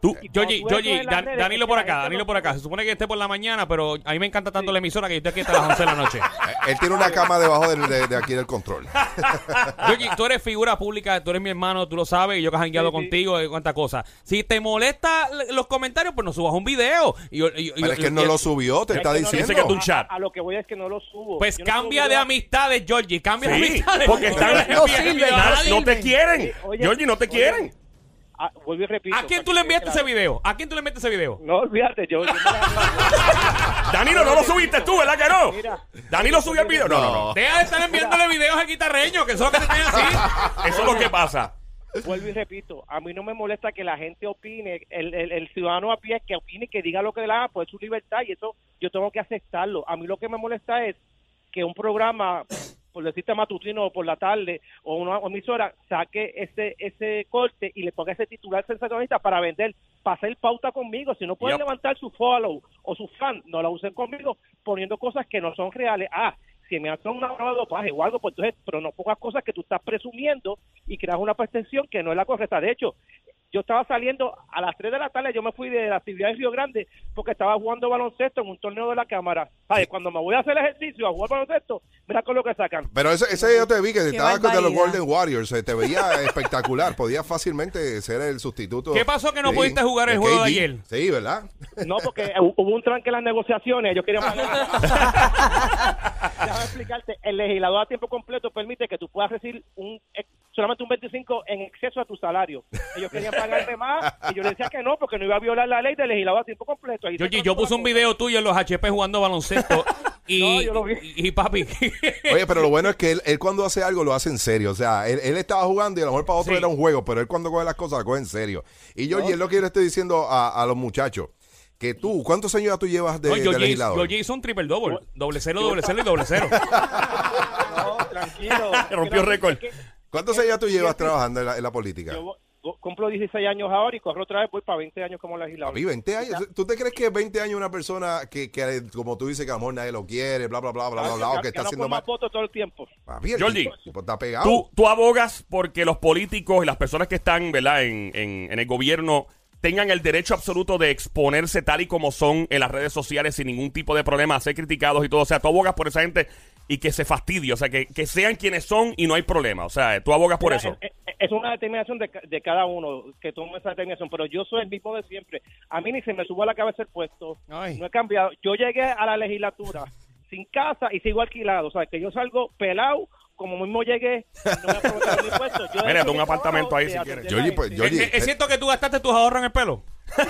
[SPEAKER 9] Tú,
[SPEAKER 8] Y cuando
[SPEAKER 9] Yoyi,
[SPEAKER 8] tú ves
[SPEAKER 9] Yoyi,
[SPEAKER 8] eso en las
[SPEAKER 9] Dan-
[SPEAKER 8] redes,
[SPEAKER 9] Danilo
[SPEAKER 8] es que
[SPEAKER 9] por
[SPEAKER 8] la
[SPEAKER 9] acá,
[SPEAKER 8] gente
[SPEAKER 9] Danilo
[SPEAKER 8] no-
[SPEAKER 9] por acá. Se supone que esté por la mañana, pero a mí me encanta tanto la emisora que yo estoy aquí hasta las 11 de la
[SPEAKER 8] [LAUGHS]
[SPEAKER 9] noche.
[SPEAKER 5] Él tiene una cama debajo del- de, de aquí del control.
[SPEAKER 9] Yoyi, tú eres figura pública, tú eres mi hermano, tú lo sabes, y yo que he jangueado contigo y cuántas cosas. Si te molesta l- los comentarios, pues no subas un video. Y, yo- y- y-
[SPEAKER 5] Pero es
[SPEAKER 9] y-
[SPEAKER 5] que él no
[SPEAKER 9] y-
[SPEAKER 5] lo subió, te
[SPEAKER 9] Es que no
[SPEAKER 5] está
[SPEAKER 9] lo-
[SPEAKER 5] diciendo.
[SPEAKER 9] Dice que es un chat.
[SPEAKER 8] A lo que voy es que no lo subo.
[SPEAKER 9] Pues
[SPEAKER 8] Yo no
[SPEAKER 9] cambia
[SPEAKER 8] subo
[SPEAKER 9] de
[SPEAKER 8] videos.
[SPEAKER 9] amistades, Georgie, cambia de
[SPEAKER 6] Sí,
[SPEAKER 9] amistades.
[SPEAKER 6] porque están...
[SPEAKER 9] No sirve,
[SPEAKER 6] nada,
[SPEAKER 9] nada
[SPEAKER 6] no te
[SPEAKER 9] sirve.
[SPEAKER 6] quieren.
[SPEAKER 8] Oye,
[SPEAKER 6] Georgie, no te
[SPEAKER 8] oye,
[SPEAKER 6] quieren.
[SPEAKER 8] ah, vuelvo y repito.
[SPEAKER 9] ¿A quién tú le enviaste ese video? ¿A quién tú le enviaste ese video?
[SPEAKER 8] No, olvídate, yo. yo me la-
[SPEAKER 6] Danilo, no lo subiste tú, ¿verdad que no?
[SPEAKER 8] Mira.
[SPEAKER 6] Danilo subió el video. No, no, no.
[SPEAKER 9] Deja de estar enviándole videos a guitarreño, que eso es lo que te están así.
[SPEAKER 6] [LAUGHS] Eso es lo que pasa.
[SPEAKER 8] Vuelvo y repito, a mí no me molesta que la gente opine, el, el- el ciudadano a pie que opine, que diga lo que le haga, pues es su libertad y eso yo tengo que aceptarlo. A mí lo que me molesta es que un programa, por decirte matutino o por la tarde, o una emisora, saque ese ese corte y le ponga ese titular sensacionalista para vender, para hacer pauta conmigo. Si no pueden
[SPEAKER 6] Yep.
[SPEAKER 8] levantar su follow o su fan, no la usen conmigo poniendo cosas que no son reales. Ah, si me hacen una prueba de dopaje o algo, pues entonces, pero no pongas cosas que tú estás presumiendo y creas una percepción que no es la correcta. De hecho, yo estaba saliendo a las 3 de la tarde, yo me fui de la actividad de Río Grande porque estaba jugando baloncesto en un torneo de la cámara. ¿Sabes? Cuando me voy a hacer ejercicio a jugar baloncesto, mira con lo que sacan.
[SPEAKER 5] Pero ese, ese yo te vi que
[SPEAKER 7] Qué
[SPEAKER 5] estaba con de los
[SPEAKER 7] barbaridad.
[SPEAKER 5] Golden Warriors. eh, Te
[SPEAKER 7] [LAUGHS]
[SPEAKER 5] veía espectacular. Podía fácilmente ser el sustituto.
[SPEAKER 9] ¿Qué pasó que no
[SPEAKER 5] Sí,
[SPEAKER 9] pudiste jugar el juego de
[SPEAKER 5] KD.
[SPEAKER 9] ayer?
[SPEAKER 5] Sí, ¿verdad?
[SPEAKER 8] No, porque hu- hubo un tranque en las negociaciones,
[SPEAKER 9] [LAUGHS]
[SPEAKER 8] ellos querían pagar. Déjame explicarte, el legislador a tiempo completo permite que tú puedas recibir un ex- solamente un 25 en exceso a tu salario. Ellos querían pagarme más y yo le decía que no, porque no iba a violar la ley del legislador a tiempo completo. Ahí se
[SPEAKER 9] Georgie,
[SPEAKER 8] cortó
[SPEAKER 9] yo
[SPEAKER 8] la
[SPEAKER 9] puse un
[SPEAKER 8] cosa.
[SPEAKER 9] video tuyo en los HP jugando
[SPEAKER 8] [LAUGHS]
[SPEAKER 9] baloncesto. Y,
[SPEAKER 8] No, yo lo vi.
[SPEAKER 9] y, y papi, [LAUGHS]
[SPEAKER 5] Oye, pero lo bueno es que él, él cuando hace algo lo hace en serio. O sea, él, él estaba jugando y a lo mejor para otro
[SPEAKER 9] Sí.
[SPEAKER 5] era un juego, pero él cuando coge las cosas las coge en serio. Y yo, y es lo que yo le estoy diciendo a, a los muchachos. Que tú, ¿cuántos años ya tú llevas de,
[SPEAKER 9] no,
[SPEAKER 5] de
[SPEAKER 9] Georgie,
[SPEAKER 5] legislador?
[SPEAKER 9] Georgie hizo un triple double. Doble cero, doble cero y doble
[SPEAKER 8] [LAUGHS]
[SPEAKER 9] cero.
[SPEAKER 8] [LAUGHS] No,
[SPEAKER 9] [LAUGHS]
[SPEAKER 8] tranquilo.
[SPEAKER 6] Rompió récord.
[SPEAKER 5] ¿Cuántos años ya tú llevas trabajando en la, en la política?
[SPEAKER 8] Yo vo- cumplo 16 años ahora y corro otra vez, voy para 20 años como legislador.
[SPEAKER 5] Papi, 20 años. ¿Tú te crees que 20 años una persona que, que, como tú dices, que a lo mejor nadie lo quiere, bla, bla, bla, bla, bla, bla, o que está
[SPEAKER 8] Ah, no
[SPEAKER 5] haciendo
[SPEAKER 8] forma
[SPEAKER 5] mal?
[SPEAKER 8] fotos todo el tiempo.
[SPEAKER 5] Papi, el
[SPEAKER 6] Georgie,
[SPEAKER 5] tipo- el tipo está pegado.
[SPEAKER 6] Tú, tú abogas porque los políticos y las personas que están ¿verdad? En, en- en el gobierno tengan el derecho absoluto de exponerse tal y como son en las redes sociales sin ningún tipo de problema, ser criticados y todo. O sea, tú abogas por esa gente y que se fastidie, o sea, que, que sean quienes son y no hay problema. O sea, tú abogas por
[SPEAKER 8] Mira, eh,
[SPEAKER 6] eso.
[SPEAKER 8] Es, e, es- es una determinación de, ca- de cada uno que toma esa determinación, pero yo soy el mismo de siempre. A mí ni se me subió a la cabeza el puesto,
[SPEAKER 9] Ay.
[SPEAKER 8] no he cambiado. Yo llegué a la legislatura sin casa y sigo alquilado, o sea, que yo salgo pelado. Como mismo llegué, no me aprovecharon mi puesto. Yo
[SPEAKER 6] [LAUGHS] Mira,
[SPEAKER 8] he hecho
[SPEAKER 6] tú un
[SPEAKER 8] mi
[SPEAKER 6] apartamento
[SPEAKER 8] trabajo
[SPEAKER 6] ahí
[SPEAKER 8] de
[SPEAKER 6] si
[SPEAKER 8] atender
[SPEAKER 6] quieres.
[SPEAKER 8] a la
[SPEAKER 5] Georgie, pues,
[SPEAKER 8] gente.
[SPEAKER 5] Georgie,
[SPEAKER 9] ¿Es, es
[SPEAKER 5] eh,
[SPEAKER 9] cierto que tú gastaste tus ahorros en el pelo?
[SPEAKER 8] No,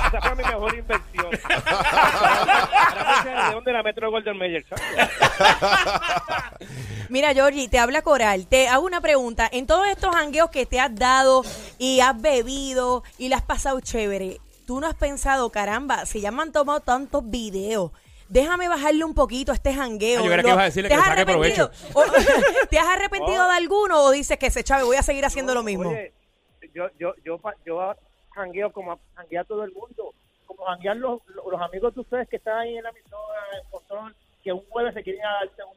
[SPEAKER 8] esa fue mi mejor inversión.
[SPEAKER 6] [LAUGHS]
[SPEAKER 8] Ahora me sé de dónde la metro Golden Mayer, ¿sabes?
[SPEAKER 7] Mira, Georgie, te habla Coral. Te hago una pregunta. En todos estos jangueos que te has dado y has bebido y la has pasado chévere, tú no has pensado, caramba, si ya me han tomado tantos videos. Déjame bajarle un poquito a este jangueo.
[SPEAKER 9] Ah, yo creía que
[SPEAKER 7] Lo-
[SPEAKER 9] ibas a decirle
[SPEAKER 7] ¿te
[SPEAKER 9] que
[SPEAKER 7] has
[SPEAKER 9] le saque
[SPEAKER 7] arrepentido? O- [LAUGHS] ¿Te has arrepentido de alguno o dices que se chave, voy a seguir haciendo lo mismo?
[SPEAKER 8] Oh. Oye, yo, yo, yo, pa- yo jangueo como janguea todo el mundo, como janguean los, los los amigos de ustedes que están ahí en la emisora, en control, que un jueves se quieren darse un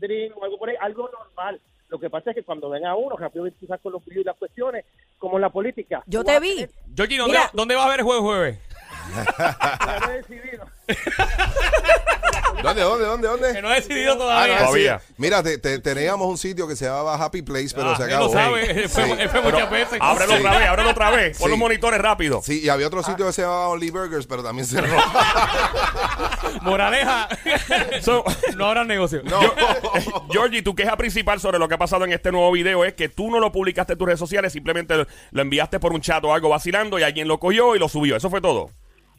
[SPEAKER 8] drink o algo por ahí, algo normal. Lo que pasa es que cuando ven a uno, rápido quizás con los brillos y las cuestiones, como en la política.
[SPEAKER 7] Yo
[SPEAKER 8] tú
[SPEAKER 7] te
[SPEAKER 8] vas a
[SPEAKER 7] vi.
[SPEAKER 8] tener-
[SPEAKER 9] Georgie, ¿dónde,
[SPEAKER 7] Mira.
[SPEAKER 9] ¿dónde vas a ver el juego el jueves?
[SPEAKER 8] ya lo he decidido.
[SPEAKER 5] ¿Dónde, dónde, dónde, dónde?
[SPEAKER 9] Que no he decidido
[SPEAKER 5] Ah, no,
[SPEAKER 9] todavía.
[SPEAKER 5] sí. Mira, te- te- teníamos un sitio que se llamaba Happy Place, pero
[SPEAKER 6] Ah,
[SPEAKER 5] se
[SPEAKER 6] él
[SPEAKER 5] acabó.
[SPEAKER 6] lo sabe,
[SPEAKER 9] eh,
[SPEAKER 6] él fue- él fue muchas Pero veces. ábrelo otra vez, ábrelo otra vez. Pon los monitores rápido.
[SPEAKER 5] Sí, y había otro sitio que se llamaba Only Burgers, pero también cerró.
[SPEAKER 9] Moraleja. So- no habrá negocio.
[SPEAKER 6] Yo- eh, Georgie, tu queja principal sobre lo que ha pasado en este nuevo video es que tú no lo publicaste en tus redes sociales, simplemente lo- lo enviaste por un chat o algo vacilando y alguien lo cogió y lo subió. Eso fue todo.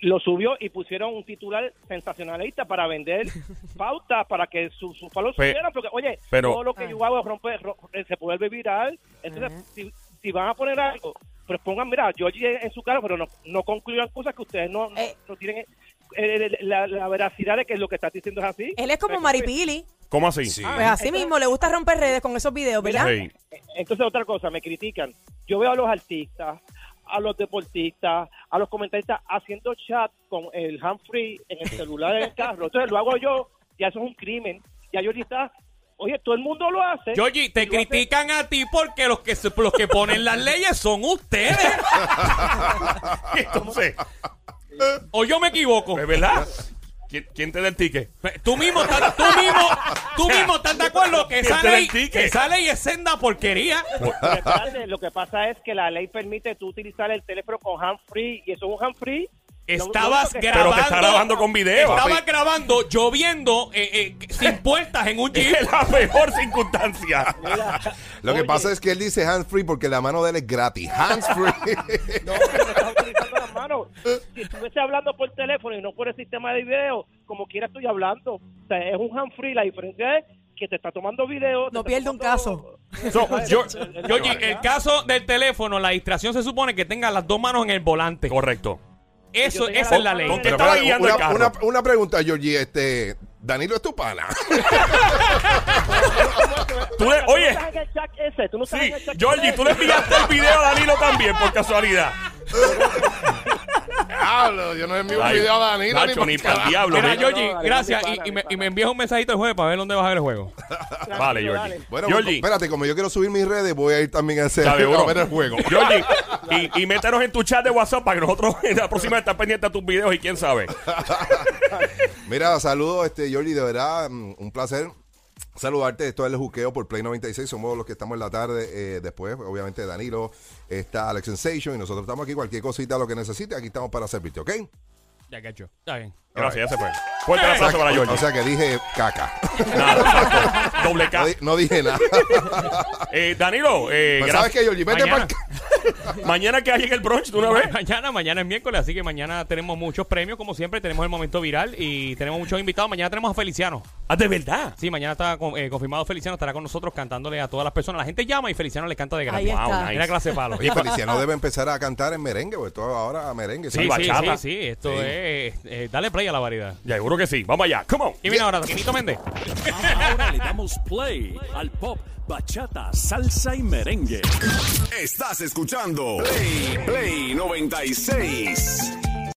[SPEAKER 8] Lo subió y pusieron un titular sensacionalista para
[SPEAKER 7] [LAUGHS]
[SPEAKER 8] vender pautas para que sus su followers
[SPEAKER 6] Pe-
[SPEAKER 8] subieran. Porque, oye,
[SPEAKER 6] pero-
[SPEAKER 8] todo lo
[SPEAKER 7] Ah.
[SPEAKER 8] que yo hago rompe, ro- eh, se vuelve viral. Entonces, si, si van a poner algo, pues pongan, mira, yo llegué en su cara, pero no, no concluyan cosas que ustedes no, no, no tienen eh, la, la veracidad de que lo que estás diciendo es Ah, así.
[SPEAKER 7] Él es como
[SPEAKER 8] Pero-
[SPEAKER 7] Maripili.
[SPEAKER 6] ¿Cómo así?
[SPEAKER 7] Pues así mismo, le gusta romper redes con esos videos, pues, ¿verdad?
[SPEAKER 6] Sí.
[SPEAKER 8] Entonces, otra cosa, me critican. Yo veo a los artistas, a los deportistas, a los comentaristas haciendo chat con el handfree en el celular del carro. Entonces, lo hago yo, ya eso es un crimen. Ya yo ahorita, oye, todo el mundo lo hace.
[SPEAKER 9] Georgie, te
[SPEAKER 8] Y lo hace-
[SPEAKER 9] critican a ti porque los que, se- los que ponen las leyes son ustedes.
[SPEAKER 6] [LAUGHS] Entonces,
[SPEAKER 9] o yo me equivoco. Pues,
[SPEAKER 6] ¿Es verdad? ¿Quién, quién te da el ticket?
[SPEAKER 9] Tú mismo estás, tú mismo, tú mismo estás de acuerdo que esa
[SPEAKER 6] Este era el
[SPEAKER 9] ley,
[SPEAKER 6] ticket.
[SPEAKER 9] que esa ley es senda porquería.
[SPEAKER 8] Lo que pasa- Lo que pasa es que la ley permite tú utilizar el teléfono con handfree y eso es un handfree.
[SPEAKER 9] Estabas
[SPEAKER 8] Lo- lo único que-
[SPEAKER 9] grabando.
[SPEAKER 6] está grabando con video,
[SPEAKER 9] Estabas
[SPEAKER 6] papi.
[SPEAKER 9] grabando lloviendo eh, eh, sin puertas en [LAUGHS] un jeep.
[SPEAKER 6] Es la mejor circunstancia.
[SPEAKER 5] Lo que pasa es que él dice hands free porque la mano de él es gratis. Hands free.
[SPEAKER 8] No, pero me estás utilizando las manos. Si estuviese hablando por teléfono y no por el sistema de video, como quiera estoy hablando. O sea, es un hand free. La diferencia es que te está tomando video.
[SPEAKER 7] No
[SPEAKER 8] te está
[SPEAKER 7] pierde un
[SPEAKER 8] tomando-
[SPEAKER 9] So, yo-
[SPEAKER 8] El- el-
[SPEAKER 9] Georgie, el caso del teléfono, la distracción se supone que tenga las dos manos en el volante.
[SPEAKER 6] Correcto.
[SPEAKER 9] Eso,
[SPEAKER 8] Yo tenía
[SPEAKER 9] esa es la
[SPEAKER 8] las
[SPEAKER 9] ley.
[SPEAKER 8] manos
[SPEAKER 6] Te
[SPEAKER 5] Pero
[SPEAKER 6] estaba
[SPEAKER 5] espérate,
[SPEAKER 6] guiando el
[SPEAKER 5] una,
[SPEAKER 6] carro.
[SPEAKER 5] una, una pregunta, Georgie. Este, Danilo es tu pana.
[SPEAKER 6] Tú le-
[SPEAKER 8] Tú no
[SPEAKER 6] oye,
[SPEAKER 8] estás en el chat ese, tú no estás
[SPEAKER 6] sí,
[SPEAKER 8] en el chat
[SPEAKER 6] Georgie,
[SPEAKER 8] ese.
[SPEAKER 6] tú le enviaste el video a Danilo también, por casualidad.
[SPEAKER 5] Diablo, yo no envío
[SPEAKER 6] Ay, Nacho, ni
[SPEAKER 5] por
[SPEAKER 6] pa'l
[SPEAKER 5] carajo.
[SPEAKER 6] diablo.
[SPEAKER 9] Mira,
[SPEAKER 6] mira.
[SPEAKER 9] Georgie,
[SPEAKER 8] No, dale,
[SPEAKER 9] gracias.
[SPEAKER 8] dale,
[SPEAKER 9] y-
[SPEAKER 8] dale,
[SPEAKER 9] y, me,
[SPEAKER 8] dale.
[SPEAKER 9] y me envías un mensajito el jueves para ver dónde vas a ver el juego.
[SPEAKER 6] Vale,
[SPEAKER 8] Tranquilo,
[SPEAKER 6] Georgie.
[SPEAKER 8] dale.
[SPEAKER 5] Bueno, pues,
[SPEAKER 6] Georgie.
[SPEAKER 5] espérate, como yo quiero subir mis redes, voy a ir también a hacer
[SPEAKER 6] Está de
[SPEAKER 5] a
[SPEAKER 6] oro.
[SPEAKER 5] ver el juego.
[SPEAKER 6] Georgie, y, y métenos en tu chat de WhatsApp para que nosotros en la próxima estar pendientes a tus videos y quién sabe.
[SPEAKER 5] Mira, saludos, este, Jordi, de verdad, mm, un placer saludarte. Esto es el juqueo por Play 96. Somos los que estamos en la tarde. eh, después, obviamente, Danilo, está Alex Sensation y nosotros estamos aquí. Cualquier cosita, lo que necesites, aquí estamos para servirte, ¿ok?
[SPEAKER 9] Ya, cacho. Está bien.
[SPEAKER 6] Gracias, ya se fue. Fuerte el abrazo para Georgie.
[SPEAKER 5] O sea que dije caca.
[SPEAKER 6] Nada, exacto. Doble
[SPEAKER 5] No,
[SPEAKER 6] K.
[SPEAKER 5] di- no dije nada.
[SPEAKER 6] Eh, Danilo, eh,
[SPEAKER 5] Pero
[SPEAKER 6] gra-
[SPEAKER 5] Pues, ¿Sabes qué, Georgie? Vete
[SPEAKER 9] Mañana.
[SPEAKER 5] para
[SPEAKER 6] mañana que hay en el brunch de una
[SPEAKER 9] Ma-
[SPEAKER 6] vez.
[SPEAKER 9] Mañana, mañana es miércoles, así que mañana tenemos muchos premios, como siempre, tenemos el momento viral y tenemos muchos invitados. Mañana tenemos a Feliciano.
[SPEAKER 6] Ah, de verdad.
[SPEAKER 9] Sí, mañana está con- eh, confirmado Feliciano, estará con nosotros cantándole a todas las personas. La gente llama y Feliciano le canta de
[SPEAKER 7] Ahí
[SPEAKER 9] gratis.
[SPEAKER 7] está.
[SPEAKER 6] Wow, nice.
[SPEAKER 9] Era clase de palo.
[SPEAKER 6] pues.
[SPEAKER 5] Oye, Feliciano debe empezar a cantar en merengue, porque todo ahora merengue.
[SPEAKER 9] Sí, sí, sí,
[SPEAKER 6] bachata.
[SPEAKER 9] sí, esto
[SPEAKER 5] Sí.
[SPEAKER 9] es. eh, dale play a la variedad.
[SPEAKER 6] Ya, seguro que sí. Vamos allá. Come on.
[SPEAKER 9] Y mira ahora, Tinito Méndez.
[SPEAKER 1] Ahora le damos play al pop, bachata, salsa y merengue.
[SPEAKER 4] Estás escuchando Play Play 96.